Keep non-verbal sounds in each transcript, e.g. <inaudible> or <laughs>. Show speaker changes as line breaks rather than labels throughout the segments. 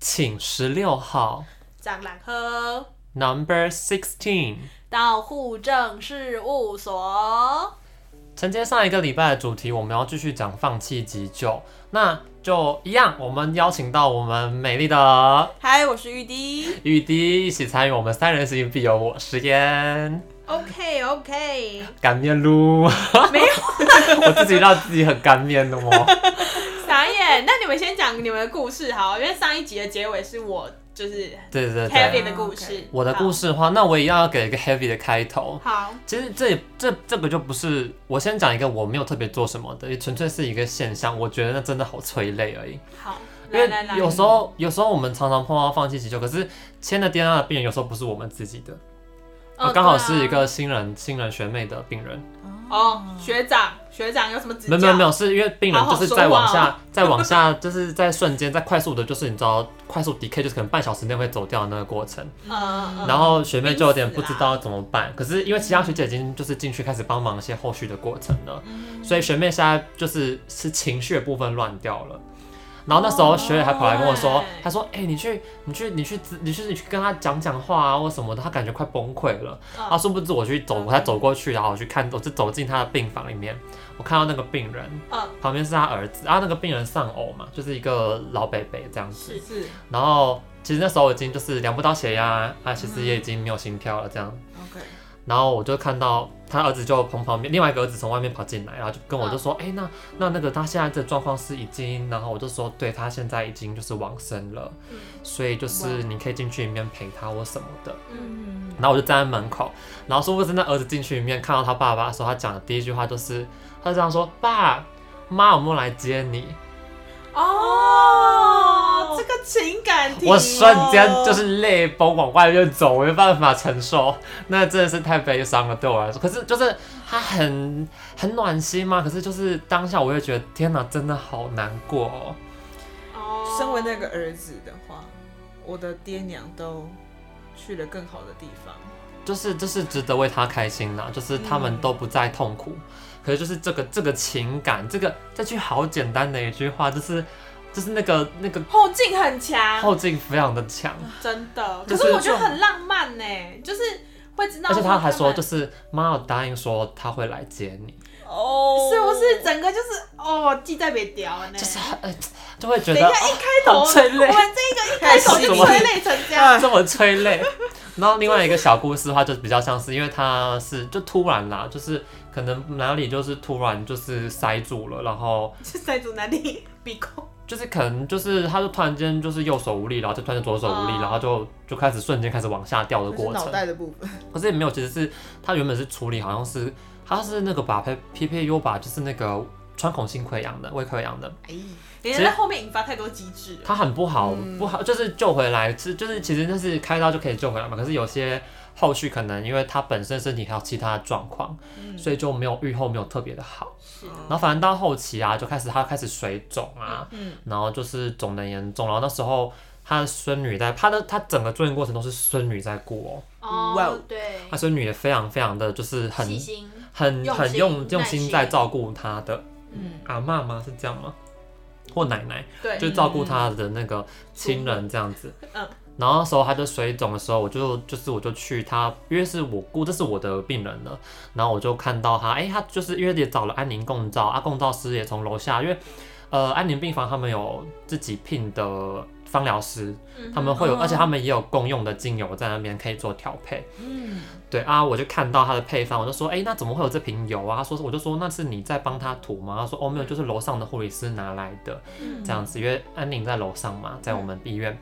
请十六号
张兰科
Number Sixteen。
到户政事务所。
承接上一个礼拜的主题，我们要继续讲放弃急救，那就一样，我们邀请到我们美丽的
嗨，我是玉滴。
雨滴一起参与我们三人行必有我实验，
OK OK，
擀面撸，
没
<laughs>
有
我自己让自己很干面的哦。
傻眼。那你们先讲你们的故事好，因为上一集的结尾是我就是
对对对
Kevin，的故事，
我的故事的话，那我也要给一个 heavy 的开头。
好。好，
其实这这这个就不是我先讲一个我没有特别做什么的，也纯粹是一个现象。我觉得那真的好催泪而已，
好，
因
来
为
来来，
有时候有时候我们常常碰到放弃急救，可是签了 DNA 的病人有时候不是我们自己的，
哦
刚好
对啊
是一个新人新人学妹的病人。
哦，学长学长有什么指
没
教？
有没有没有，是因为病人
好好
就是
说
在往
话哦
下， <laughs> 再往下，就是在瞬间，在快速的，就是你知道，快速 decay 就是可能半小时内会走掉的那个过程。
嗯，嗯嗯
然后学妹就有点
濒
不
死啦
知道怎么办，可是因为其他学姐已经就是进去开始帮忙一些后续的过程了，所以学妹现在就是是情绪的部分乱掉了。然后那时候学姐还跑来跟我说
哦，
她说：“哎、你去，你去，你去，你去，你去跟她讲讲话啊，或什么的，她感觉快崩溃了。”啊
嗯
她殊不知我去走，我才走过去，然后我去看，我就走进她的病房里面，我看到那个病人，
嗯
旁边是他儿子啊，那个病人丧偶嘛，就是一个老北北这样子。
是是
然后其实那时候已经就是量不到血压啊，其实也已经没有心跳了这样。
OK，
然后我就看到他儿子就从旁边，另外一个儿子从外面跑进来，然后就跟我就说：“哎、那那那个他现在的状况是已经……”然后我就说：“对他现在已经就是往生了，
嗯
所以就是你可以进去里面陪他或什么的。”
嗯
嗯，
然后我就站在门口，然后殊不知那儿子进去里面看到他爸爸的时候，他讲的第一句话就是，他就这样说：“爸妈，我们来接你。啊
哦，这个情感”题哦，
我瞬间
哦
就是泪崩往外面走，我没办法承受，那真的是太悲伤了对我来说。可是就是他很很暖心嘛，可是就是当下我会觉得天哪，真的好难过哦。
哦，
身为那个儿子的话，我的爹娘都去了更好的地方。
就是就是值得为他开心啦，就是他
嗯
们都不再痛苦，可是就是这个这个情感，这个这句好简单的一句话，就是就是那个那个
后哦劲很强，
后劲非常的强，
真的，
就
可
是
是我觉得很浪漫呢，就是会知道，
而且他还说就是是妈有答应说他会来接你，
哦
是不是整个就是哦，记在别掉呢？
就是呃就会觉
等一
得
下
哦
一开头，
好
我
催泪，
们这一个一开头就催泪成这
<laughs>
样，
这么催泪。然后另外一个小故事的话，就比较像是因为他是就突然啦，就是可能哪里就是突然就是塞住了，然后。
是塞住哪里？鼻孔。
就是可能就是他就突然间就是右手无力，然后就突然间左手无力，
哦
然后就就开始瞬间开始往下掉的
就是
过
脑
程。
袋的部分，
可是也没有，其实是他原本是处理好像是他是那个吧 P P P U 吧，就是那个穿孔性溃疡的胃溃疡的，
哎，
你在后面引发太多机制了，
他很不好、
嗯
不好，就是救回来是就是其实那是开刀就可以救回来嘛，可是有些。后续可能因为他本身身体还有其他的状况，
嗯
所以就没有愈后没有特别的好。
是
然后反正到后期啊，就开始他开始水肿啊，
嗯，
然后就是肿得严重，然后那时候他的孙女在，他的他整个住院过程都是孙女在过、哦，
哇
哦
哦，
对，
他孙女也非常非常的就是很
细心，
很
用
很
心
用用
耐
心
心
在照顾他的
嗯
阿嬷吗？是这样吗？或奶奶
对，
就照顾他的那个亲人这样子，
嗯，
然后那时候他就水肿的时候，我就就是我就去他，因为是我姑，这是我的病人了，然后我就看到他，哎、他就是因为也找了安宁共照，啊，共照师也从楼下，因为呃安宁病房他们有自己聘的芳疗师，
嗯
他们会有，
哦
而且他们也有共用的精油在那边可以做调配。
嗯，
对啊，我就看到他的配方，我就说，哎、那怎么会有这瓶油啊？他说，我就说那是你在帮他涂吗？他说，哦，没有，就是楼上的护理师拿来的。
嗯
嗯
这样子，因为安宁在楼上嘛，在我们医院。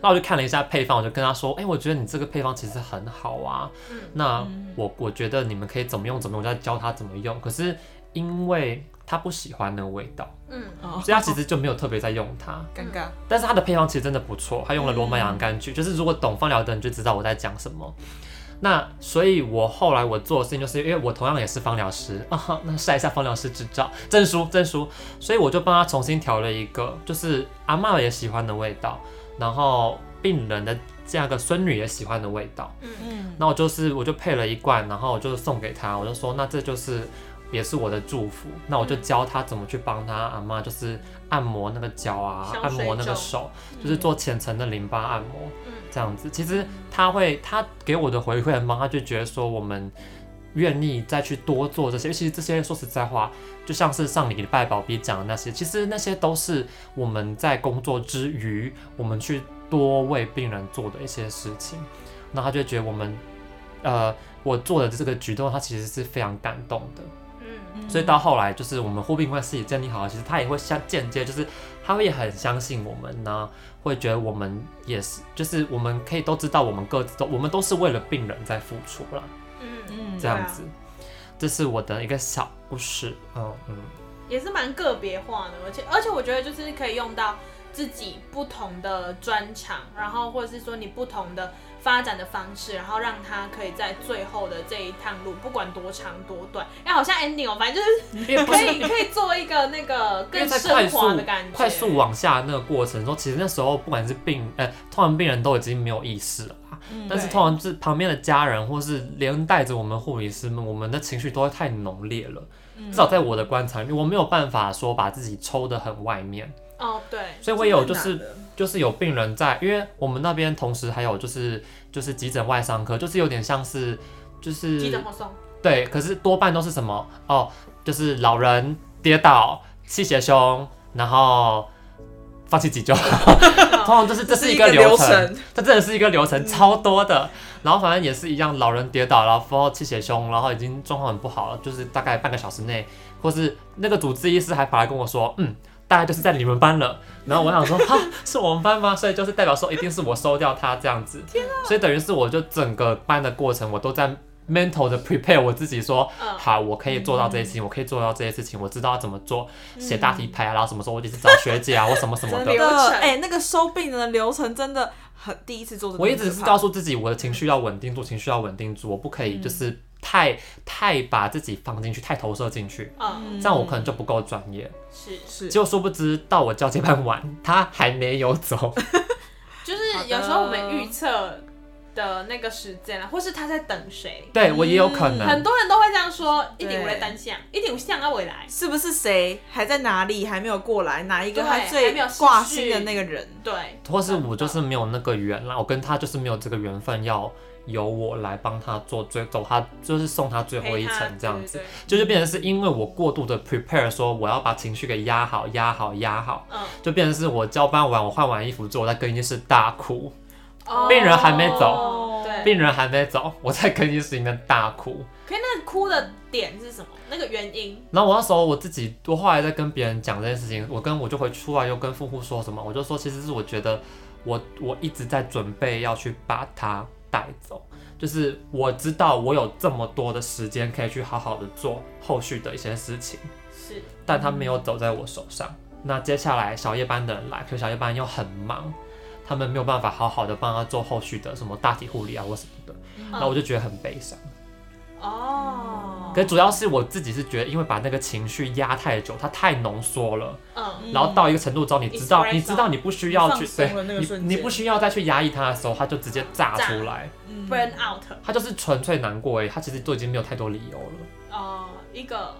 那我就看了一下配方，我就跟他说：“哎、我觉得你这个配方其实很好啊。
嗯
那
嗯
我我觉得你们可以怎么用怎么用，我再教他怎么用。可是因为他不喜欢那个味道，
嗯，
哦
所以他其实就没有特别在用它。
尴尬，
但是它的配方其实真的不错，它用了罗马洋甘
嗯
菊，就是如果懂芳疗的人就知道我在讲什么。那所以，我后来我做的事情就是，因为我同样也是芳疗师 <laughs> 啊哈，那晒一下芳疗师执照证书证书，所以我就帮他重新调了一个，就是阿嬷也喜欢的味道，然后病人的这样一个孙女也喜欢的味道。
嗯，
那我就是我就配了一罐，然后我就送给他，我就说那这就是也是我的祝福。那我就教他怎么去帮他阿妈，就是按摩那个脚啊
消，
按
水
摩那个
肿
手，就是做浅层的淋巴按摩。
嗯
这样子，其实他会，他给我的回馈很忙，他就觉得说我们愿意再去多做这些。尤其实这些说实在话，就像是上礼拜宝碧讲的那些，其实那些都是我们在工作之余，我们去多为病人做的一些事情。那他就觉得我们，呃，我做的这个举动，他其实是非常感动的。
嗯，
所以到后来就是我们互病关系建立好，其实他也会相间接，就是他会也很相信我们呢、会觉得我们也是，就是我们可以都知道我们各自都，我们都是为了病人在付出啦，
嗯，
嗯
这
对
样
啊
子。这是我的一个小故事，嗯嗯，
也是蛮个别化的，而且而且我觉得就是可以用到自己不同的专长，然后或者是说你不同的发展的方式，然后让它可以在最后的这一趟路，不管多长多短，哎，好像 ending 哦，反正就是
因为不
可
是
以可以做一个那个
因为
更
在快
升
速
华的感觉，
快速往下那个过程中，其实那时候不管是病，呃，通常病人都已经没有意识了啦。
嗯
但是
对
通常是旁边的家人，或是连带着我们护理师们，我们的情绪都会太浓烈了。
嗯
至少在我的观察里面，我没有办法说把自己抽得很外面，
哦，对，
所以我有就
这蛮
是
难的
就是有病人在，因为我们那边同时还有就是就是急诊外伤科，就是有点像是就是
急诊或送，
对，可是多半都是什么哦，就是老人跌倒、气血胸，然后放弃急救， <laughs> 通常就是这是一个流程，，这真的是一个流程，超多的。然后反正也是一样，老人跌倒，然后气血胸，然后已经状况很不好了，就是大概半个小时内，或是那个主治医师还跑来跟我说，嗯。大概就是在你们班了，然后我想说，哈，是我们班吗？ <laughs> 所以就是代表说，一定是我收掉他这样子。所以等于是我就整个班的过程，我都在 mental 的 prepare 我自己说，
嗯，
好，我可以做到这些事情，我可以做到这些事情，我知道要怎么做，写大题牌啊，然后什么时候我就是找学姐啊，或什么什么
真
的。
的
流程
哎、那个收病人的流程真的很第一次做这个，
我一直是告诉自己，我的情绪要稳定住，情绪要稳定住，我不可以
嗯
就是太、太把自己放进去，太投射进去，
嗯，
这样我可能就不够专业。
是，
是
结果殊不知到我交接班晚，他还没有
<laughs>
走。
就是有时候我们预测的那个时间啊，或是他在等谁，
对我也有可能。
嗯很多人都会这样说，一
对
定我在单向，一定我向啊未来。
是不是谁还在哪里还没有过来，哪一个
对
他
还
最
没有失
挂
去
心的那个人？
对，
或是我
嗯
就是没有那个缘啦，我跟他就是没有这个缘分，要由我来帮他做最走他就是送他最后一
陪
程
他
这样子
对，对嗯对
就是变成是因为我过度的 prepare 说我要把情绪给压好压好压好，
嗯，
就变成是我交班完我换完衣服之后我在更衣室大哭，
哦
病人还没走
对。
<laughs> 病人还没走，我在更衣室里面大哭。
可以，那哭的点是什么？那个原因？
然后我那时候我自己，我后来在跟别人讲这件事情，我跟我就回出来又跟富户说什么，我就说其实是我觉得我我一直在准备要去把它带走，就是我知道我有这么多的时间可以去好好的做后续的一些事情，
是，
但他没有走在我手上。那接下来小夜班的人来，可是小夜班又很忙，他们没有办法好好的帮他做后续的什么大体护理啊或什么的，
嗯
那我就觉得很悲伤。
哦，
可主要是我自己是觉得，因为把那个情绪压太久，它太浓缩了，
嗯，
然后到一个程度之后，你知道，
Express
你知道你不需要去
你放
对
松了那个瞬
你，
间
你不需要再去压抑它的时候，它就直接炸
炸
出来，
嗯
burn out，
它就是纯粹难过而已，它其实都已经没有太多理由了，
哦，一个，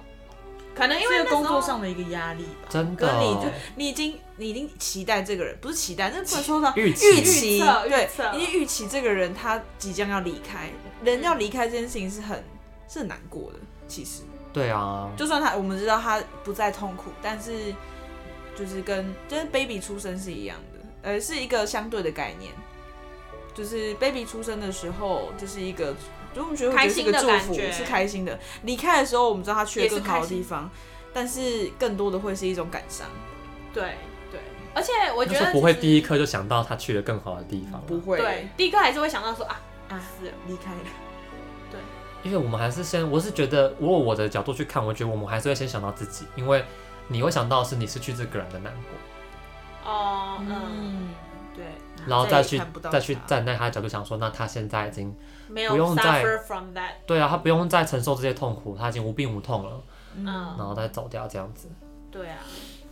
可能因为那
这个
时候
工作上的一个压力吧。
真
可
的
是。你就你已经你已经期待这个人，不是期待，那不能说到
预期
预期
预测
对
预测，
因为预期这个人他即将要离开，人要离开这件事情是很是很难过的。其实，
对啊，
就算他我们知道他不再痛苦，但是就是跟就是 baby 出生是一样的，呃，是一个相对的概念。就是 baby 出生的时候，就是一个，就我们觉得
开
会觉得是
心
一个
的
祝
感
福，
觉
是开心的。离开的时候，我们知道他去了
也是
更好
开
的
心
地方，但是更多的会是一种感伤。
对对，而且我
那
觉
时
得
候不会
其实
第一刻就想到他去了更好的地方啊，
不会
对，第一刻还是会想到说啊，
啊
死了，
离开了，
因为我们还是先，我是觉得，如果我的角度去看，我觉得我们还是会先想到自己，因为你会想到是你失去这个人的难过。
哦，嗯，
嗯，对，
然后再去
也看不到
再去
他
站在他的角度想说，那他现在已经
没有
不用再
suffer from that，
对啊，他不用再承受这些痛苦，他已经无病无痛了，然后再走掉这样子。
嗯对啊，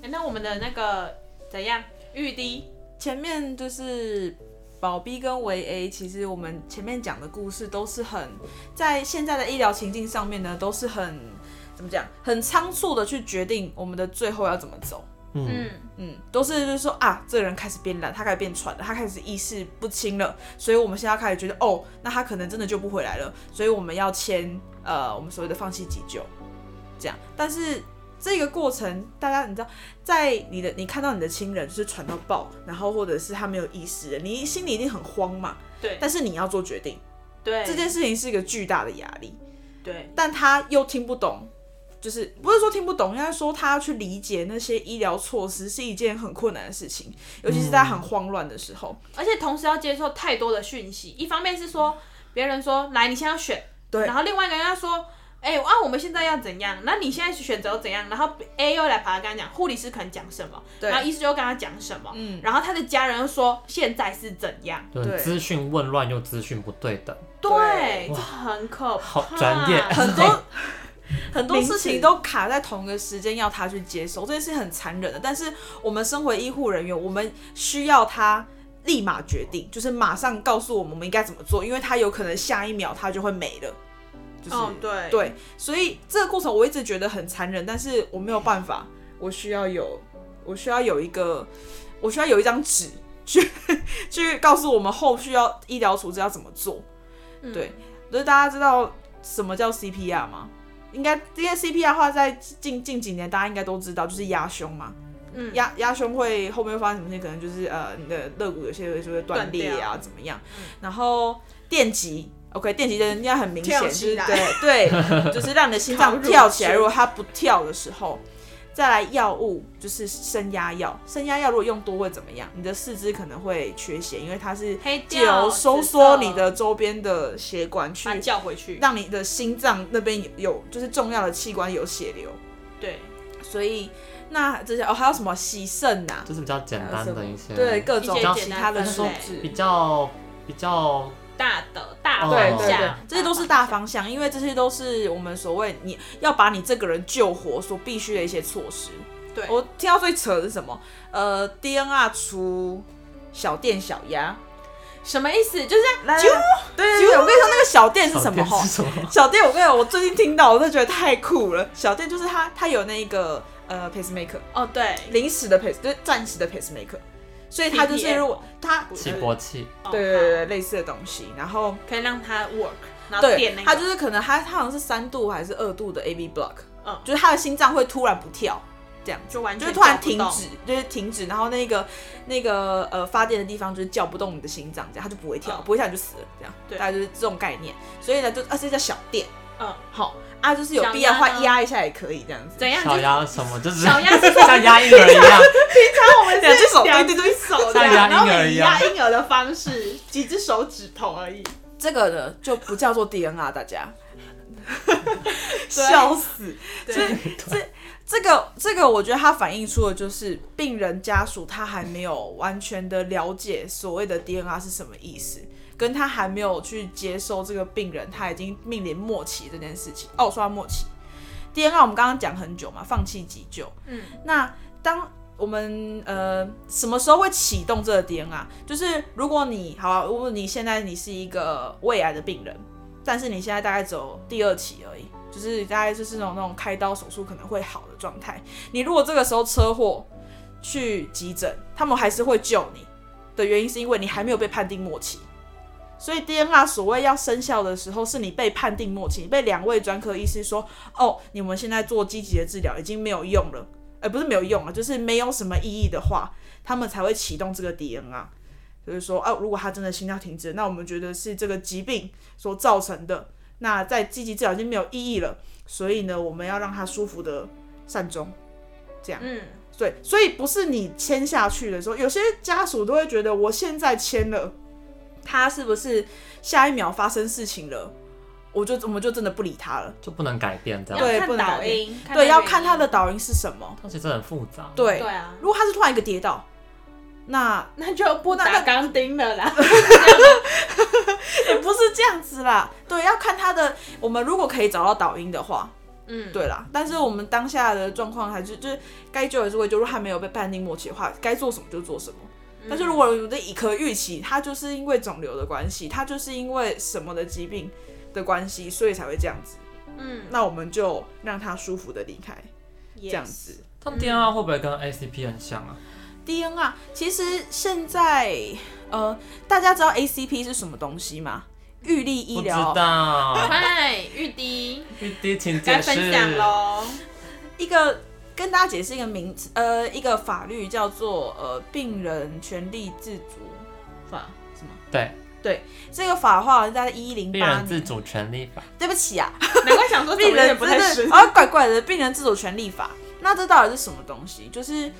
哎那我们的那个怎样？玉滴，
前面就是宝 B 跟维 A，其实我们前面讲的故事都是很在现在的医疗情境上面呢，都是很怎么讲，很仓促的去决定我们的最后要怎么走。
嗯，
嗯，
嗯，都是就是说啊，这个人开始变懒，他开始变喘了，他开始意识不清了，所以我们现在开始觉得哦，那他可能真的救不回来了，所以我们要签呃我们所谓的放弃急救，这样。但是这个过程，大家你知道，在你的你看到你的亲人就是喘到爆，然后或者是他没有意识了，你心里一定很慌嘛。
对
但是你要做决定，
对，
这件事情是一个巨大的压力，
对
但他又听不懂，就是不是说听不懂，应该说他要去理解那些医疗措施是一件很困难的事情，尤其是在很慌乱的时候。
而且同时要接受太多的讯息，一方面是说别人说来你现在要选，
对
然后另外一个人要说，哎、啊我们现在要怎样？那你现在选择怎样？然后 A 又来把他跟他讲，护理师可能讲什么，
对
然后医师又跟他讲什么，
嗯
然后他的家人又说现在是怎样？
就是
对
资讯混乱又资讯不对等，
对，这很可怕，
好专业
嗯
很多 <laughs> 很多
名
事情
词
都卡在同一个时间要他去接受，这件事很残忍的。但是我们身为医护人员，我们需要他立马决定，就是马上告诉我们我们应该怎么做，因为他有可能下一秒他就会没了。就是、
哦，对
对，所以这个过程我一直觉得很残忍，但是我没有办法，我需要有，我需要有一个，我需要有一张纸去 <laughs> 去告诉我们后续要医疗处置要怎么做。
嗯
对所以大家知道什么叫 CPR 吗？应该这些 CPR 的话，在近近几年大家应该都知道，就是压胸嘛。
嗯
压压胸会后面会发生什么事？可能就是呃，你的肋骨有些就会断裂
断嗯
啊，怎么样？然后电击，OK，电击的应该很明显，
跳
就
起
是
来 <laughs>
对对，就是让你的心脏跳起来。如果它不跳的时候，再来药物就是升压药，升压药如果用多会怎么样？你的四肢可能会缺血，因为它是
黑
借由
掉
哦收
紫
缩
色
你的周边的血管去
把他叫回去，
让你的心脏那边有有就是重要的器官有血流，
对，
所以那这些哦还有什么洗肾呐、
这是比较简单的一些，
对各
一
种
些
其
简单
他的
分
数
类
字
比，较比
<laughs>
较
大的大
哦
对
方
对对
向，，
这些都是大方向，因为这些都是我们所谓你要把你这个人救活所必须的一些措施。
对
我听到最扯的是什么？呃，DNR 除小电小鸭，
什么意思？就是
来对对对，我跟你说那个小电是什么
好
吼
是？什
<laughs>
么？
小店，我跟你讲，我最近听到，我都觉得太酷了。小店就是它，它有那个呃 pacemaker，
哦，对，
临时的 pace，就是暂时的 pacemaker，所以它就是
PPM
如果它呃
不
起
是
搏器，
哦
对对对对类似的东西，然后
好可以让他 work，然后
对
点那个，
它就是可能它它好像是三度还是二度的 AB block，
嗯
就是它的心脏会突然不跳，这样
就完
就
全
是突然
叫不
停
动
止，就是停止，然后那个那个呃发电的地方就是叫不动你的心脏，这样它就不会跳，
嗯
不会跳你就死了，这样
对
大概就是这种概念。所以呢，就啊这叫小店。
嗯，
好啊，就是有必要的
小鸭
话
呢
压一下也可以哎这样子。
怎样？
小
就
鸭什么，就是
小
<laughs>
鸭是
像压婴儿一
<laughs>
样，
我们两只手，对对对，
手
像压
然后
婴儿
以
一样
压婴儿的方式， <laughs> 几只手指头而已。
这个呢就不叫做 DNR，大 <laughs> 家
对
笑死。
对，
这个这个，我觉得它反映出的就是病人家属他还没有完全的了解所谓的 DNR 是什么意思，跟他还没有去接受这个病人他已经面临末期这件事情。哦，我说到末期，DNR 我们刚刚讲很久嘛，放弃急救。
嗯，
那当我们呃什么时候会启动这个 DNR？就是如果你好、啊，如果你现在你是一个胃癌的病人，但是你现在大概只有第二期而已，就是大概就是那种那种开刀手术可能会好的状态。你如果这个时候车祸去急诊，他们还是会救你的原因是因为你还没有被判定末期。所以 DNR 所谓要生效的时候，是你被判定末期，你被两位专科医师说，哦，你们现在做积极的治疗已经没有用了，呃，不是没有用啊，就是没有什么意义的话，他们才会启动这个 DNR。就是说，啊，如果他真的心跳停止，那我们觉得是这个疾病所造成的，那在积极治疗已经没有意义了，所以呢，我们要让他舒服的善终。
嗯，
对，所以不是你签下去的时候，有些家属都会觉得我现在签了，他是不是下一秒发生事情了，我就我们就真的不理他了。
就不能改变这样。
要
对不
看
能
导
改变
音，
对，要
原
看他
因
的导因是什么。
但其实很复杂，
对，
对啊，
如果他是突然一个跌倒，那
那就不
那
打
那
钢钉了
<laughs>
啦。
也不是这样子啦。对，要看他的。我们如果可以找到导因的话，
嗯，
对啦。但是我们当下的状况还是就是该救还是会救，如果他没有被判定末期的话，该做什么就做什么。
嗯，
但是如果我的已可预期，它就是因为肿瘤的关系，它就是因为什么的疾病的关系，所以才会这样子。
嗯，
那我们就让他舒服的离开，
这
这样子。
他们 DNR 会不会跟 ACP 很像啊？
DNR 其实现在呃，大家知道 ACP 是什么东西吗？预立医
不知
疗
道，
<laughs>
嗨，玉迪
玉滴请
该
解
分
释。
享喽。
一个跟大家解释一个名词，呃，一个法律叫做呃《病人权利自主法》什么？
对，
这个法的话在一零
病
八
人自
年，
主权利法，
对不起啊，
难怪
<laughs>
想说怎么
病
有点
人
不太
真
顺
的。啊，怪怪的，病人自主权利法。那这到底是什么东西？就是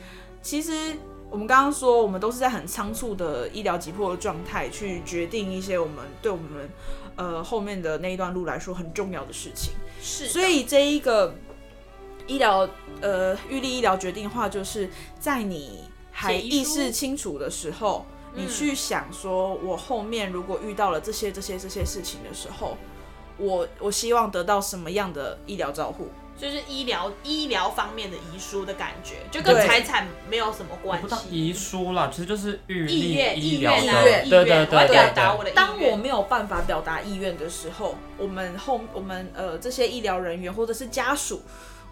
其实我们刚刚说，我们都是在很仓促的医疗急迫的状态去决定一些我们对我们呃后面的那一段路来说很重要的事情。
是的，
所以这一个医疗呃预立医疗决定的话，就是在你还
写遗
意
书
识清楚的时候，你
嗯
去想说，我后面如果遇到了这些这些这些事情的时候，我我希望得到什么样的医疗照护？
就是医疗医疗方面的遗书的感觉，就跟
对
财产没有什么
我
关
不知道
系。
遗书啦，其实就是预
意
立
愿
医
意
疗
愿
的，
啊，
对
意
对
愿，
对
我要
对
表
对
达我
对。
的意愿。啊
当我没有办法表达意愿的时候，我们后我们呃这些医疗人员或者是家属，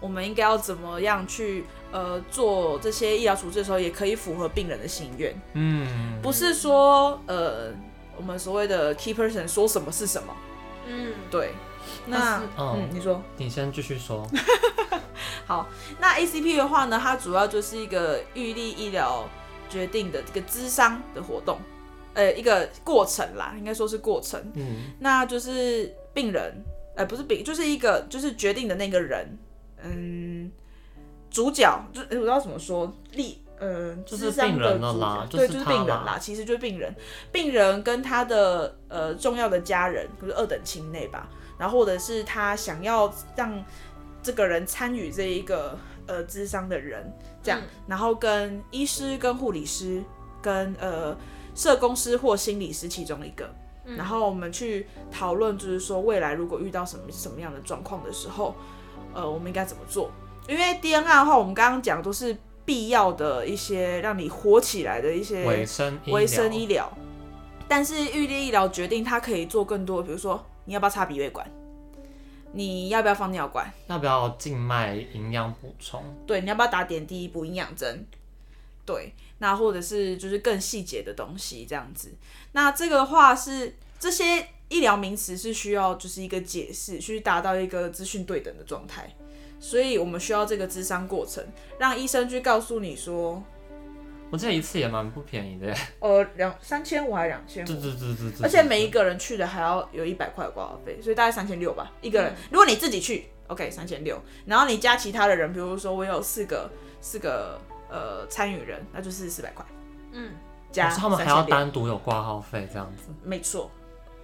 我们应该要怎么样去呃做这些医疗处置的时候，也可以符合病人的心愿。
嗯，
不是说呃，我们所谓的 key person 说什么是什么，
嗯，
对。那
但是
嗯
嗯，
你说
你先继续说。
那 ACP 的话呢，它主要就是一个预立医疗决定的这个咨商的活动，呃，一个过程啦，应该说是过程。
嗯，
那就是病人，呃，不是病，就是一个就是决定的那个人，嗯，主角就、呃我不知道怎么说，立，嗯，
就是
智商
病
的
人了
主
啦
角
就是
对，就是
他
病人
啦
啦，其实就是病人，病人跟他的呃重要的家人，可是二等亲内吧，然后或者是他想要让这个人参与这一个呃智商的人，这样，
嗯
然后跟医师、跟护理师、跟呃社工师或心理师其中一个，
嗯
然后我们去讨论，就是说未来如果遇到什么什么样的状况的时候，呃，我们应该怎么做？因为 DNR 的话，我们刚刚讲都是必要的一些让你活起来的一些
维生医疗
卫生医疗，但是预立医疗决定它可以做更多，比如说你要不要插鼻胃管，你要不要放尿管，
要不要静脉营养补充？
对，你要不要打点滴补营养针？对，那或者是就是更细节的东西这样子。那这个的话是这些医疗名词是需要就是一个解释，去达到一个资讯对等的状态。所以我们需要这个智商过程，让医生去告诉你说，
我记得一次也蛮不便宜的
<laughs>
耶，
呃，两三千五还是两千
对
五？
对对对对。
而且每一个人去的还要有一百块的挂号费，所以大概三千六吧，一个人。如果你自己去，OK，三千六，然后你加其他的人，比如说我有四个四个呃参与人，那就是四百块
嗯，
加
哦
三
他们还
千
要
六，
单独有挂号费这样子。
没错，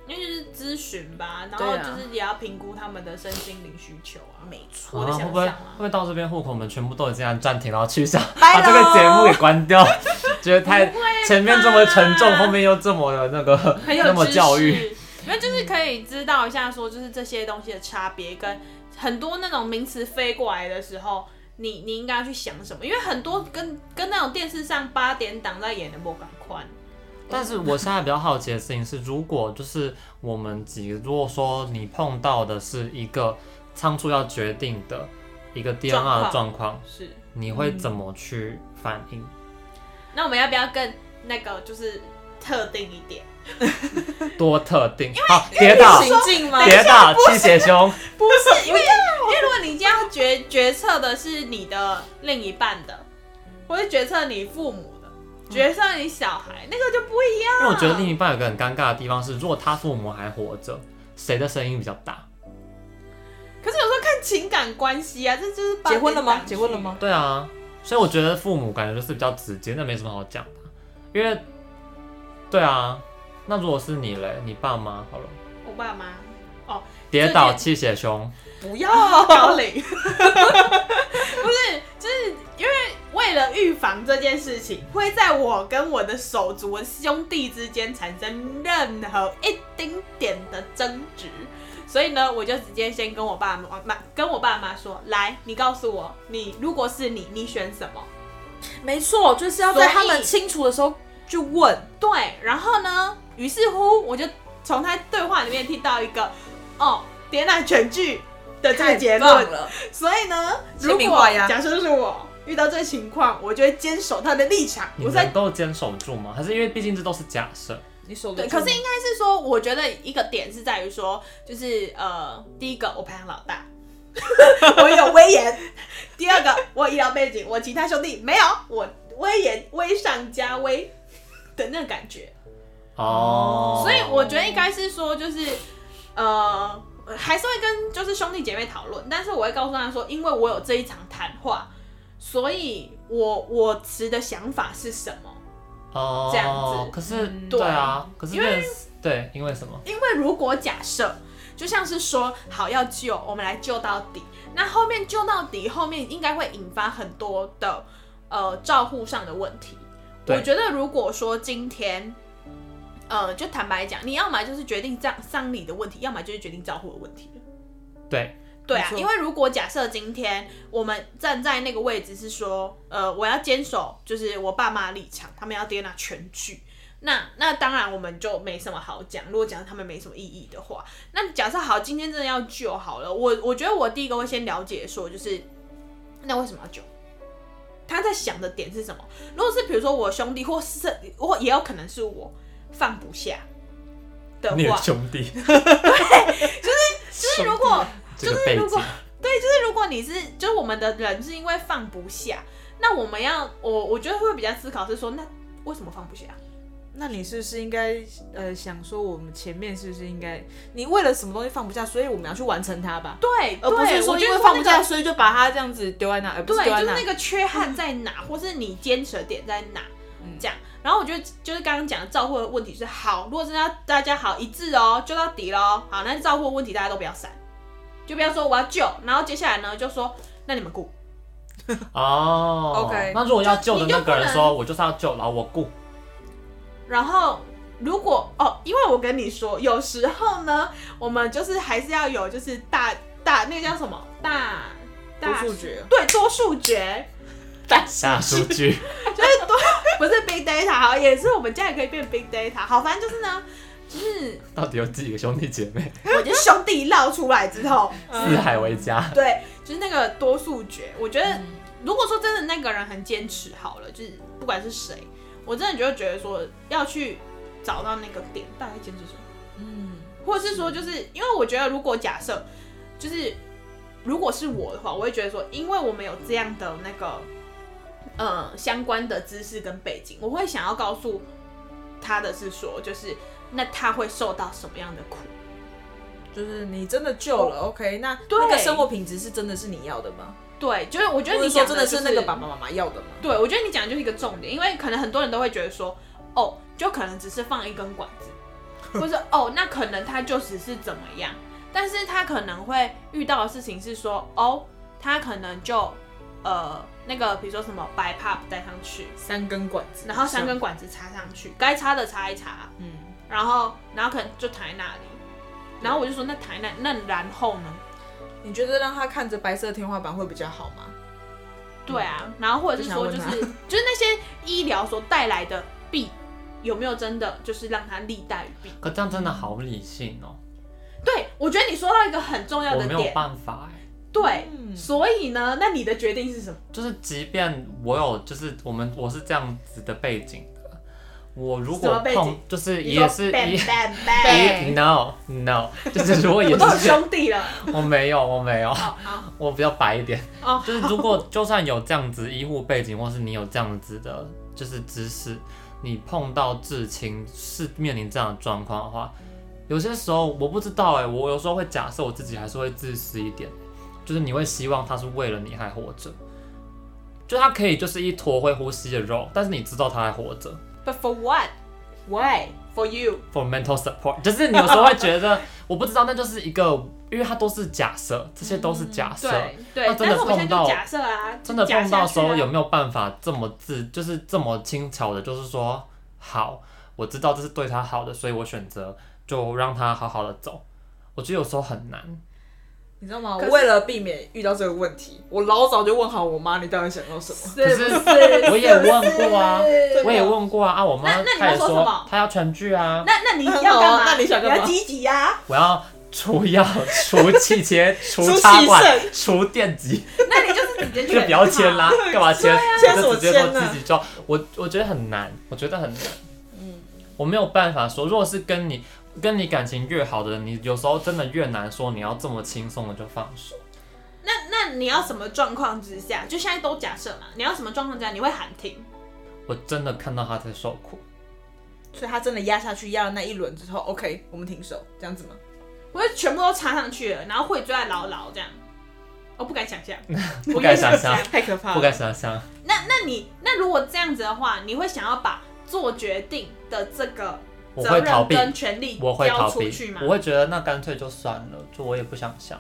因为就是咨询吧，然
对
后
啊
就是也要评估他们的身心灵需求啊。
没错。
我的
啊
想
会不会
象啊
会不会到这边户口我们全部都已经按暂停，然后去一下，
拜
把这个
咯
节目给关
<laughs>
掉？觉得太
不会吧
前面这么沉重，后面又这么的那个
很有
那么
知识
教育。，
没有就是可以知道一下说，就是这些东西的差别，跟很多那种名词飞过来的时候，你你应该去想什么，因为很多跟跟那种电视上八点档在演的莫赶快。
但是我现在比较好奇的事情是，如果就是我们几个，如果说你碰到的是一个仓促要决定的一个 DNR 的状况，
是，
你会怎么去反应？
那我们要不要更那个就是特定一点？
多特定？好，跌倒，
行进吗？
<laughs> 跌倒，气血胸，
不是 <laughs> 因为
因为如果你今天要决决策的是你的另一半的，或是决策你父母的，
嗯
决策你小孩，那个就不一样。
因为我觉得另一半有个很尴尬的地方是，如果他父母还活着，谁的声音比较大？
可是有时候看情感关系啊，这就是八
结婚了吗
点？档
结婚了吗？
对啊，所以我觉得父母感觉就是比较直接，那没什么好讲的，因为，对啊，那如果是你嘞，你爸妈好了，
剧？我爸妈哦，
跌倒
这
气血胸。
不要
高龄，不是，就是因为为了预防这件事情，会在我跟我的手足、我兄弟之间产生任何一丁点的争执，所以呢，我就直接先跟我爸妈妈跟我爸妈说，来，你告诉我，你如果是你，你选什么？
没错，就是要在他
所
们
以
清楚的时候去问，
对，然后呢，于是乎我就从他对话里面听到一个，哦，点奶全剧，的这个
太
结
棒
论。
了，
所以呢，
签
如
名
果
画押
假设就是我遇到这个情况，我就会坚守他的立场。
你
我
能
在
够坚守住吗？还是因为毕竟这都是假设，
你守得
对，
住
可是
吗
应该是说，我觉得一个点是在于说，就是呃，第一个我排行老大， <laughs> 我有威严； <laughs> 第二个我有医疗背景，我其他兄弟没有，我威严威上加威的那感觉。
哦，
所以我觉得应该是说，就是呃，还是会跟就是兄弟姐妹讨论，但是我会告诉他说，因为我有这一场谈话，所以我我持的想法是什么。
哦
这样子
可是
嗯
对啊，可是
因为
那对，因为什么？
因为如果假设，就像是说好要救，我们来救到底，那后面救到底，后面应该会引发很多的呃照护上的问题。
对
我觉得如果说今天，呃，就坦白讲，你要么就是决定葬丧礼的问题，要么就是决定照护的问题。
对，
对啊
没，错
因为如果假设今天我们站在那个位置是说，呃，我要坚守就是我爸妈的立场，他们要接纳全剧，那那当然我们就没什么好讲。如果讲他们没什么意义的话，那假设好，今天真的要救好了，我我觉得我第一个会先了解说，就是那为什么要救？他在想的点是什么？如果是比如说我兄弟，或是或也有可能是我放不下的
你的
话，
兄弟，
就是如果
这个
就是
背
如果
景，
就是如果你是，就是我们的人是因为放不下，那我们要我我觉得会比较思考是说，那为什么放不下？
那你是不是应该呃想说，我们前面是不是应该，你为了什么东西放不下，所以我们要去完成它吧，
对，
而不
对
是说
我觉
因
得
为
说
放
那
不
个
下，所啊以就把它这样子丢在那，而不是
对，
丢
就是
在那
那。个缺憾在哪，或是你坚持的点在哪，
嗯
这样。然后我觉得就是刚刚讲的照顾的问题是好，如果真的要大家好一致哦，就到底喽。好，那照顾的问题大家都不要闪，就不要说我要救，然后接下来呢就说那你们顾，
哦
OK
那如果要救的
你就
那个人
不能
说，我就是要救，然后我顾，
然后如果哦，因为我跟你说，有时候呢，我们就是还是要有就是大大那个叫什么大
多
大
数决
对多数决，
大数据，
不是 big data，好，也是我们家也可以变 big data，好，反正就是呢，就是
<laughs> 到底有几个兄弟姐妹？
我的兄弟绕出来之
<laughs>
后，嗯
四
啊
海为家，
对，就是那个多数决，我觉
嗯
得如果说真的那个人很坚持好了，就是不管是谁，我真的就会觉得说要去找到那个点，大概坚持什么。
嗯，
或者是说，就是因为我觉得，如果假设就是如果是我的话，我会觉得说，因为我们有这样的那个呃相关的知识跟背景，我会想要告诉他的是说，就是那他会受到什么样的苦？
就是你真的救了，OK？那
对
那个生活品质是真的是你要的吗？
对，就是我觉得
或者
你
说
讲
真
的
的
就是
那个爸爸妈妈要的吗？
对，我觉得你讲的就是一个重点，因为可能很多人都会觉得说，哦，就可能只是放一根管子，或者哦，那可能他就只是怎么样，但是他可能会遇到的事情是说，哦，他可能就呃那个比如说什么白 p 带上去，
三根管子，
然后三根，管子插上去，该插的插一插，
嗯，
然后然后可能就躺在那里，然后我就说那躺在那，那然后呢？
你觉得让他看着白色天花板会比较好吗？
对啊，然后或者是说，
就
就
想
是
问
就是那些医疗所带来的弊，有没有真的就是让他利大于弊？
可这样真的好理性哦，
对，我觉得你说到一个很重要
我
的
没有
点，
办法哎。
对，
嗯
所以呢，那你的决定是什么？
就是即便我有，就是我们我是这样子的背景的，我如
什
果
么背景
碰就是
你
也
说
是
bang
也
<laughs> bang
也
bang，
no no，就是如果也
我
是
都有兄弟了，
<laughs> 我没有我没有，
哦好
我比较白一点，
哦，
<laughs> 就是如果就算有这样子医护背景，或是你有这样子的，就是知识，你碰到至亲是面临这样的状况的话，有些时候我不知道哎、我有时候会假设我自己还是会自私一点，就是你会希望他是为了你还活着，就他可以就是一坨会呼吸的肉，但是你知道他还活着。
，But for what? Why? For you?
for mental support，就是你有时候会觉
<laughs>
得，我不知道，那就是一个，因为它都是假设，这些都是假设，
对对
那，真
但
的
是我们现在
碰到
就假设啊，
真的
假
碰
下
到
去
时候
啊
有没有办法这么自，就是这么轻巧的，就是说，好，我知道这是对他好的，所以我选择就让他好好的走。我觉得有时候很难，
你知道吗？
可是
为了避免遇到这个问题，我老早就问好我妈，你到底想要什么？
是
可
不
是
是？
我也问过啊
是
我也问过啊，啊，我妈
那那你
她也
要说什么
她要全剧啊，
哦那那你要
很好
干
啊
嘛？
那你想干嘛
要积极啊！
我要除药、除气切、
<laughs>
除
除
插
洗
管、
肾
除电极，
那你就是
<laughs>
直接
这个不要签啦，干嘛签？
签什
我就
么
直接说
签呢
自己装。我我觉得很难，我觉得很难。
嗯
我没有办法说，如果是跟你跟你感情越好的人，你有时候真的越难说你要这么轻松的就放手。
那那你要什么状况之下？就现在都假设嘛，你要什么状况之下你会喊停？
我真的看到他在受苦，
所以他真的压下去，压了那一轮之后，OK，我们停手，这样子吗？
我就全部都插上去了，然后会抓牢牢这样。我不敢想象，
嗯不敢想象
我也不敢
<laughs> 太可
<laughs>
怕
不敢想象。
那那你那如果这样子的话，你会想要把做决定的这个
我
责
会逃
任
避，
跟权利
我会
交
逃
出去
避
吗，？
我会觉得那干脆就算了，就我也不想想。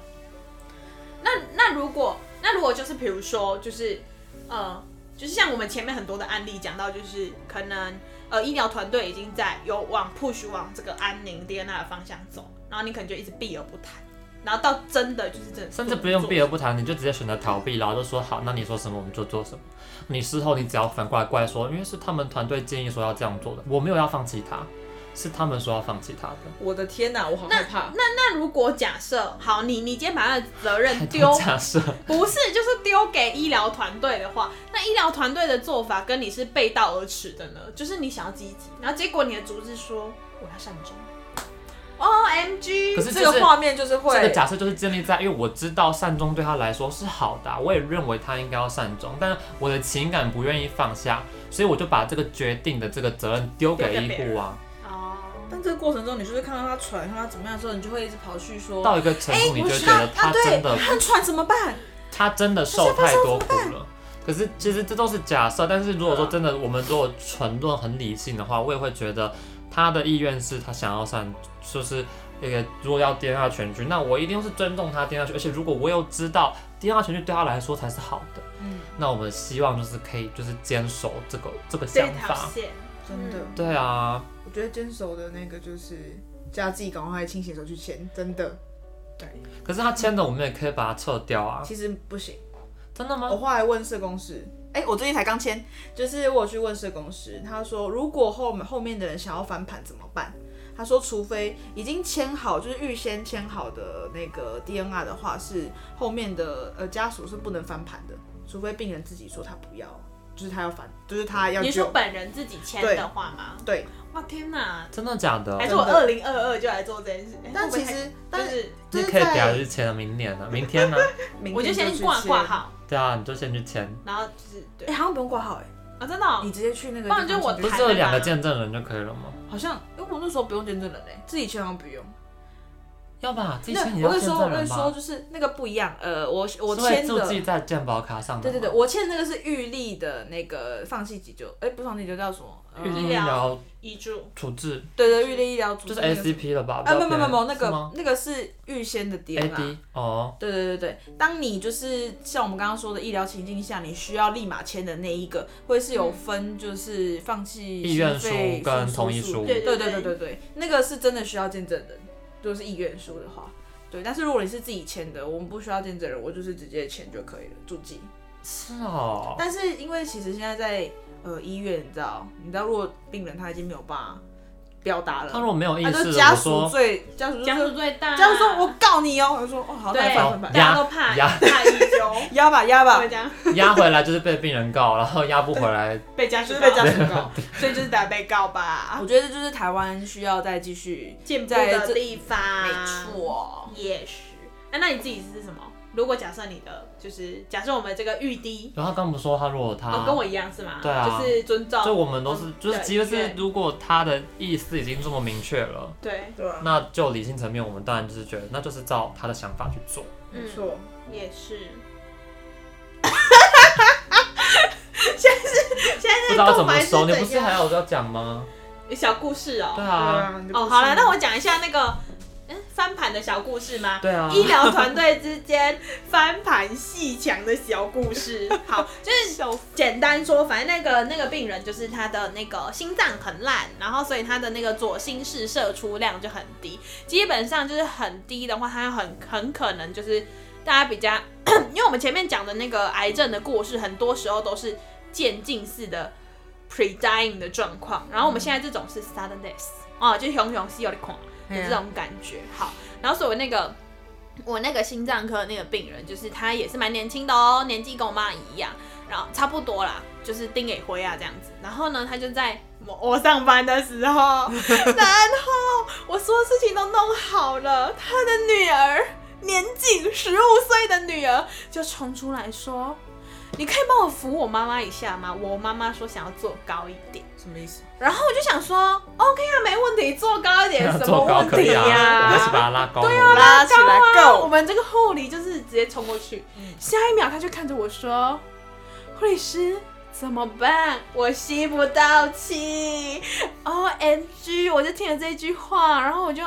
那那如果那如果就是比如说就是呃，就是像我们前面很多的案例讲到，就是可能呃医疗团队已经在有往 push 往这个安宁 DNA 的方向走，然后你可能就一直避而不谈，然后到真的就是真的
甚至不用
做
避而不谈，你就直接选择逃避，然后就说好，那你说什么我们就做什么。你事后你只要反过来怪说，因为是他们团队建议说要这样做的，我没有要放弃他，是他们说要放弃他的。
我的天哪、我好害怕。
那如果假设好，你你今天把他的责任丢
都假设
不是，就是丢给医疗团队的话，那医疗团队的做法跟你是背道而驰的呢？就是你想要积极，然后结果你的主治说我要善终。O M G！
可是
这
就是
个画面就是会，
这个假设就是建立在，因为我知道善终对他来说是好的啊、我也认为他应该要善终，但我的情感不愿意放下，所以我就把这个决定的这个责任丢给
丢给别
医
人
护啊。
哦，
但这个过程中，你就是看到他喘，看他怎么样的时候，你就会一直跑去说，
到一个程度，你就
我
觉得
啊
他
对
真的
他喘怎么办？
他真的受太多苦了。可是其实这都是假设，但是如果说真的，我们如果纯论很理性的话，我也会觉得他的意愿是他想要上，就是那个如果要颠二全局，那我一定是尊重他颠二全局，而且如果我又知道颠二全局对他来说才是好的，
嗯，
那我们希望就是可以就是坚守这个这个
这
想
条
法。
线
真的，
对啊，
我觉得坚守的那个就是叫自己赶快清醒的时候去签，真的，
可是他签的我们也可以把它撤掉啊，
其实不行。
真的吗
我？后来问社工师，哎、我最近才刚签，就是我有去问社工师，他说如果后后面的人想要翻盘怎么办？他说，除非已经签好，就是预先签好的那个 DNR 的话，是后面的呃家属是不能翻盘的，除非病人自己说他不要，就是他要翻，就是他要
你说
救。
本人自己签
对
的话吗？
对，
哇天哪！
真的假的
还？是我
真的
二零二二就来做这件事？哎
但
会不会
其
太
实，
就
但是
是
就
你
是
可以不要
在
去签了，明年呢、明天呢、
明
我就
天
先
去
挂挂
签，
号，
对啊，你就先去签。
然后就是对
哎、好像不用挂号、哎，
啊，真的哦
你直接去那
不
个地方
然
签就
就我
可以
不是只有两个见证人就可以了吗？
好像，因为我那时候不用见证人哎嘞、自己签好像不用。
要吧，自己
那
签也要
我跟你
见
说，我
证
跟
人
你说，
吧。
就是那个不一样。呃，我我
是会
签
注记
的，
在健保卡上的
对
吗。
对对，我签那个是预立的那个放弃急救，哎、不是放弃急救叫什么？呃
预立医
疗
疗
遗嘱
处置
对对，预立医疗组
就
织
是
那个
ACP 了吧？
啊，没有没有没有，那
是
个
吗
那个是预先的 DNA。
AD 哦，
对对对对，当你就是像我们刚刚说的医疗情境下，你需要立马签的那一个，会是有分就是放弃
意愿书
心肺
跟
复苏
同意
术
书
对
对
对
对对对对，那个是真的需要见证人，如果是意愿书的话，对。但是如果你是自己签的，我们不需要见证人，我就是直接签就可以了，注记。
是哦，
但是因为其实现在在呃医院，你知道，你知道，如果病人他已经没有办法表达
他
了，
如果没有意
他
识，
就家
我
属
说
最家属就
家
说
属最大，
家属说我告你哦，我就说哦好，那
对
你翻翻
好
翻，
大家都怕
压
怕遗嘱，
压吧压吧
会，这样
压回来就是被病人告，然后压不回来，
被家
就
属
是被
告
家属告。
<laughs> 所以就是打被告吧
我，觉得这就是台湾需要再哦继续，
进啊步
在
的
这
地方，
没，错，
也是。哎、那你自己是什么？如果假设你的就是假设我们这个玉滴，
然后他刚不是说他如果他
哦，跟我一样是吗？
对啊
就是尊
就
重，
我们都是
嗯
就是
对
其实是
对
如果他的意思已经这么明确了，
对，
对啊，
那就理性层面我们当然就是觉得那就是照他的想法去做。
没
嗯，
错。
也是。
不知道怎么
空
收，
白
你
是
不是
怎样
还有要讲吗？
小故事哦、
对
对
啊，
啊，
哦，好了，那我讲一下那个嗯翻盘的小故事吗？
对啊，
医疗团队之间翻盘戏墙的小故事。
<laughs>
好，就是简单说，反正那个那个病人就是他的那个心脏很烂，然后所以他的那个左心室射出量就很低，基本上就是很低的话，他很很可能就是大家比较， <coughs> 因为我们前面讲的那个癌症的故事，很多时候都是渐进式的哦 pre dying 的状况，然后我们现在这种是 sudden death 啊、就熊熊西有的恐。有这种感觉。好，然后所以我那个我那个心脏科那个病人，就是他也是蛮年轻的哦，年纪跟我妈一样，然后差不多啦，就是丁给辉啊这样子。然后呢，他就在我我上班的时候，然后我所有事情都弄好了，他的女儿。年仅十五岁的女儿就冲出来说：“你可以帮我扶我妈妈一下吗？我妈妈说想要坐高一点。
什么意思？”
然后我就想说：“OK 啊，没问题，坐高一点，什么
<laughs> 做高
问
可以
题
啊，
呀、
我们一起把它拉高。对
对啊
拉起来
高啊
go
我们这个护理就是直接冲过去，
嗯
下一秒他就看着我说：“护理师。”怎么办？我吸不到气，O M G！我就听了这句话，然后我就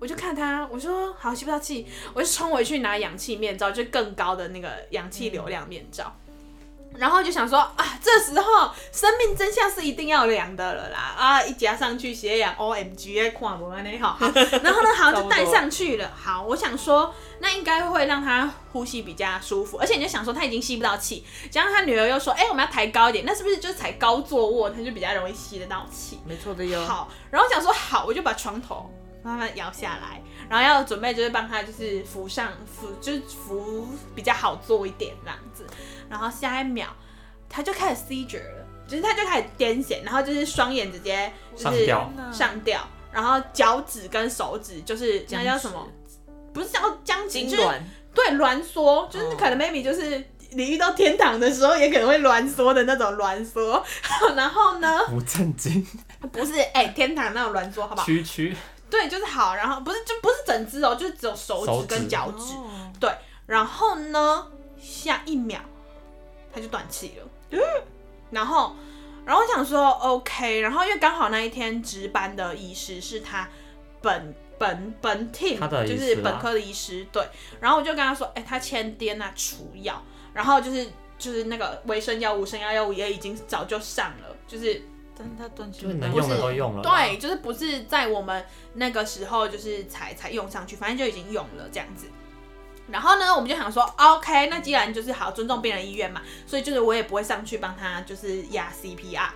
我就看他，我说好吸不到气，我就冲回去拿氧气面罩，就更高的那个氧气流量面罩。然后就想说啊，这时候生命真相是一定要量的了啦啊！一夹上去血氧，O M G，看哎不完呢哈。好然后呢，好就戴上去了。好，我想说那应该会让他呼吸比较舒服，而且你就想说他已经吸不到气，加上他女儿又说，哎、我们要抬高一点，那是不是就是抬高坐卧，他就比较容易吸得到气？
没错的哟。
好，然后想说好，我就把床头慢慢摇下来，然后要准备就是帮他就是扶上扶，就是扶比较好坐一点这样子。然后下一秒他就开始 seizure 了，就是他就开始癫痫，然后就是双眼直接就
上
是
吊
上吊，然后脚趾跟手指就是那叫什么？不是叫僵直，
痉
就是
挛，哦
对挛缩，就是可能 maybe 就是你遇到天堂的时候也可能会挛缩的那种挛缩。 <laughs> 然后呢，
不正
<laughs>
经，
不是哎、天堂那种挛缩，好不好？
区区
对，就是好，然后不是就不是整只哦，就是只有手
手
指
指
跟脚趾。
哦
对，然后呢，下一秒他就断气了。 <gasps> 然后，然后我想说 OK，然后因为刚好那一天值班的医师是他本本本 team，
他的医
就
师
是
啦
本科的医师，对。然后我就跟他说，哎、他签癫啊，除药，然后就是就是那个维生药物、升压药物也已经早就上了，就是
但是他断气
就是能用的都用了。
对，，就是不是在我们那个时候就是才才用上去，反正就已经用了这样子。然后呢，我们就想说，OK，那既然就是好尊重病人意愿嘛，所以就是我也不会上去帮他就是压 CPR，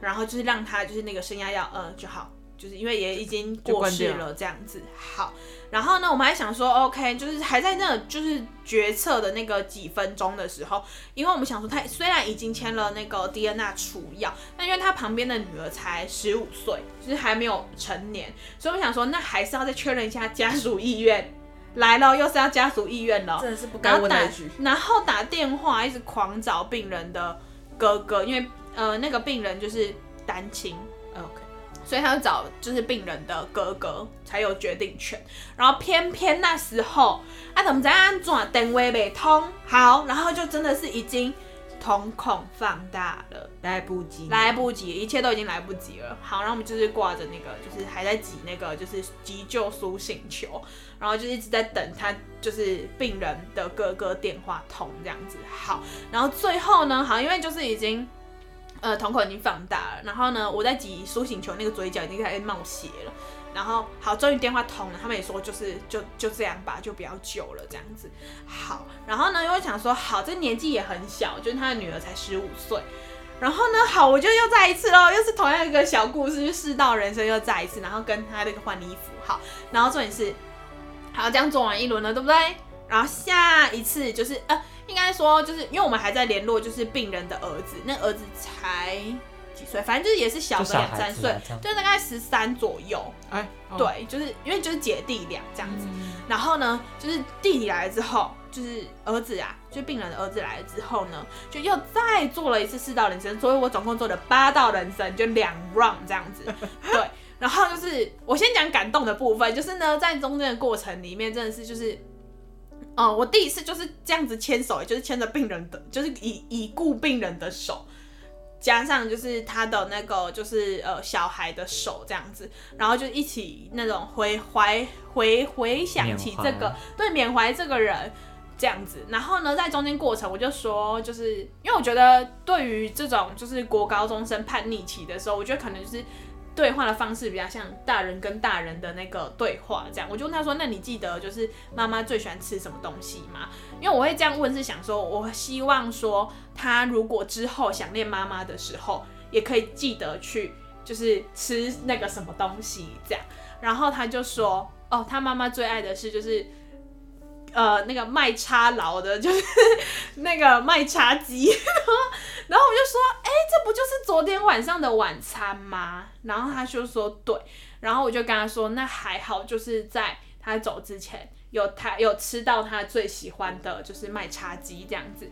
然后就是让他就是那个升压药，呃，就好，就是因为也已经过世
就关掉
了这样子。好，然后呢，我们还想说，OK，就是还在那就是决策的那个几分钟的时候，因为我们想说他虽然已经签了那个迪安娜除药，但因为他旁边的女儿才十五岁，就是还没有成年，所以我们想说，那还是要再确认一下家属意愿。来了，又是要家属意愿了，
真的是不
然
该
后
问
打
的一句，
然后打电话一直狂找病人的哥哥，因为呃那个病人就是单亲，呃
OK，
所以他就找就是病人的哥哥才有决定权。然后偏偏那时候啊，怎么在安怎电话没通？好，然后就真的是已经瞳孔放大了。
来不及，
来不及，一切都已经来不及了。好，然后我们就是挂着那个，就是还在挤那个，就是急救苏醒球，然后就一直在等他，就是病人的哥哥电话通这样子。好，然后最后呢，好，因为就是已经。呃，瞳孔已经放大了，然后呢，我在挤苏醒球，那个嘴角已经开始冒血了。然后好，终于电话通了，他们也说就是就就这样吧，就不要救了这样子。好，然后呢，又想说好，这年纪也很小，就是他的女儿才十五岁，然后呢，好，我就又再一次哦喽，又是同样一个小故事，就世道人生又再一次，然后跟他那个换衣服，好，然后重点是，好，这样做完一轮了，对不对？然后下一次就是呃，应该说就是因为我们还在联络，就是病人的儿子，那儿子才几岁，反正就是也是小
就
个
小
两
孩
三
子
岁
啊，嗯这样
就大概十三左右，
哎，哦，
对，就是因为就是姐弟俩这样子。
嗯
然后呢，就是弟弟来了之后，就是儿子啊，就是病人的儿子来了之后呢，就又再做了一次四道人生，所以我总共做了八道人生，就两 round 这样子。对，然后就是我先讲感动的部分，就是呢，在中间的过程里面，真的是就是。哦，我第一次就是这样子牵手，就是牵着病人的，就是已已故病人的手，加上就是他的那个就是呃小孩的手这样子，然后就一起那种回怀回回想起这
缅
个对缅怀这个人这样子，然后呢，在中间过程我就说，就是因为我觉得对于这种就是国高中生叛逆期的时候，我觉得可能就是。对话的方式比较像大人跟大人的那个对话，这样我就问他说：“那你记得就是妈妈最喜欢吃什么东西吗？”因为我会这样问，是想说，我希望说他如果之后想念妈妈的时候，也可以记得去就是吃那个什么东西这样。然后他就说，哦，他妈妈最爱的是就是，呃，那个卖叉劳的，就是那个卖叉鸡。 <laughs> 然后，然后我就说，哎、这不就是昨天晚上的晚餐吗？然后他就说对，然后我就跟他说，那还好，就是在他走之前有他有吃到他最喜欢的就是卖叉鸡这样子。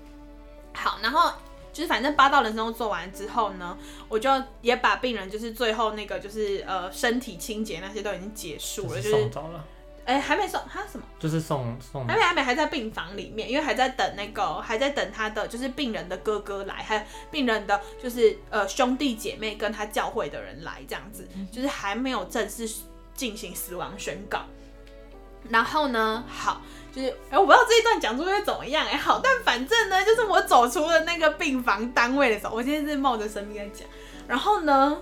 好，然后就是反正八道人生都做完之后呢，我就也把病人就是最后那个就是呃身体清洁那些都已经结束
就
了，就是是
送走了，
哎还没送他什么。
就是送送
还没还没还在病房里面，因为还在等那个还在等他的就是病人的哥哥来，还有病人的就是呃兄弟姐妹跟他教会的人来这样子，就是还没有正式进行死亡宣告。然后呢，好，就是哎、我不知道这一段讲出去会怎么样哎、好，但反正呢，就是我走出了那个病房单位的时候，我今天是冒着生命在讲，然后呢，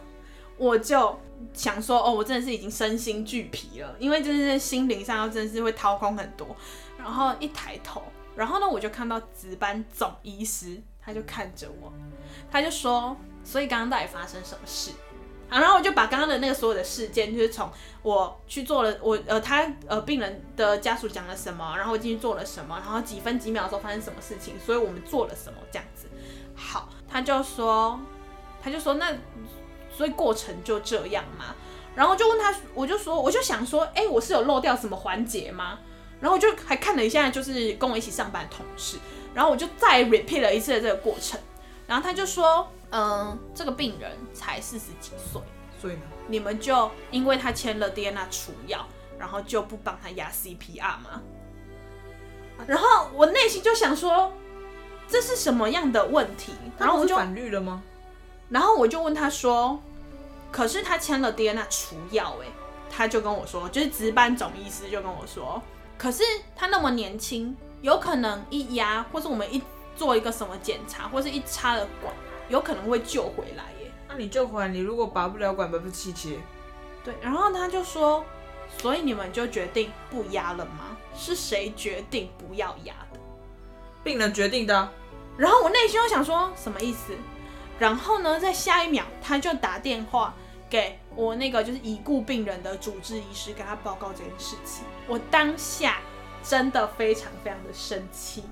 我就想说，哦，我真的是已经身心俱疲了，因为就是心灵上真的是会掏空很多。然后一抬头，然后呢，我就看到值班总医师，他就看着我，他就说，所以刚刚到底发生什么事？啊，然后我就把刚刚的那个所有的事件，就是从我去做了我呃他呃病人的家属讲了什么，然后我进去做了什么，然后几分几秒的时候发生什么事情，所以我们做了什么这样子。好，他就说，他就说那所以过程就这样嘛。然后就问他，我就说，我就想说，哎、我是有漏掉什么环节吗？然后我就还看了一下，就是跟我一起上班的同事，然后我就再 repeat 了一次的这个过程。然后他就说，嗯，这个病人才四十几岁，
所以呢，
你们就因为他签了 DNA 除药，然后就不帮他压 CPR 吗？然后我内心就想说，这是什么样的问题？然后我
他不是
就
反绿了吗？
然后我就问他说：“可是他签了 DNA 除药，哎，他就跟我说，就是值班总医师就跟我说，可是他那么年轻，有可能一压，或是我们一做一个什么检查，或是一插了管，有可能会救回来耶。
那你就还你，如果拔不了管，拔不气切，
对，然后他就说，所以你们就决定不压了吗？是谁决定不要压的？”
病人决定的啊。
然后我内心就想说什么意思？然后呢，在下一秒他就打电话给我那个就是已故病人的主治医师，跟他报告这件事情。我当下真的非常非常的生气，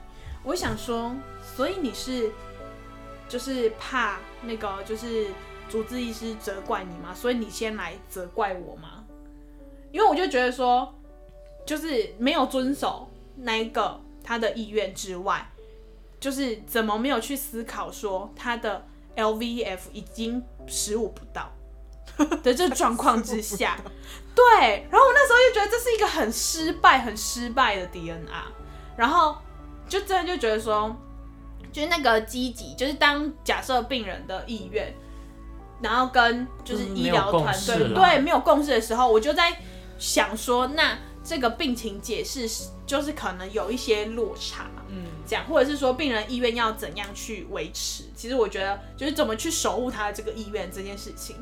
我想说，所以你是就是怕那个就是主治医师责怪你吗？所以你先来责怪我吗？因为我就觉得说，就是没有遵守那一个他的意愿之外，就是怎么没有去思考说他的 LVF 已经十五不到的这状况
<laughs>
之下，对，然后我那时候就觉得这是一个很失败、很失败的 DNR，然后就真的就觉得说，就是那个积极，就是当假设病人的意愿，然后跟就是
就是嗯
医
没有
疗
共
团
识
队
啦
对没有共识的时候，我就在想说，那这个病情解释是就是可能有一些落差，
嗯，
这样，或者是说病人意愿要怎样去维持。其实我觉得就是怎么去守护他的这个意愿这件事情，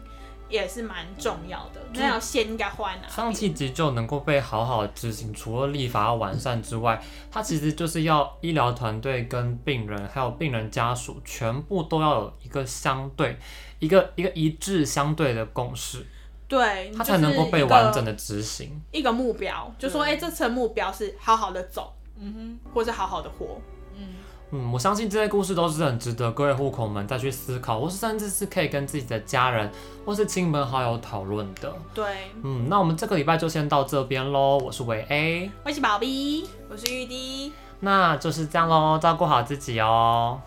也是蛮重要的。那条线应该画在哪？
嗯上气急救能够被好好执行，除了立法要完善之外，它其实就是要医疗团队跟病人还有病人家属全部都要有一个相对、一个一个一致相对的共识，
对，
它才能够被完整的执行。
一个目标，就说哎、
对
这层目标是好好的走，
嗯
或是好好的活。
哼，嗯，
嗯，我相信这些故事都是很值得各位户口们再去思考，或是甚至是可以跟自己的家人或是亲朋好友讨论的。
对，
嗯，那我们这个礼拜就先到这边喽。我是维 A，
我是宝贝。
我是玉滴。
那就是这样喽，照顾好自己哦。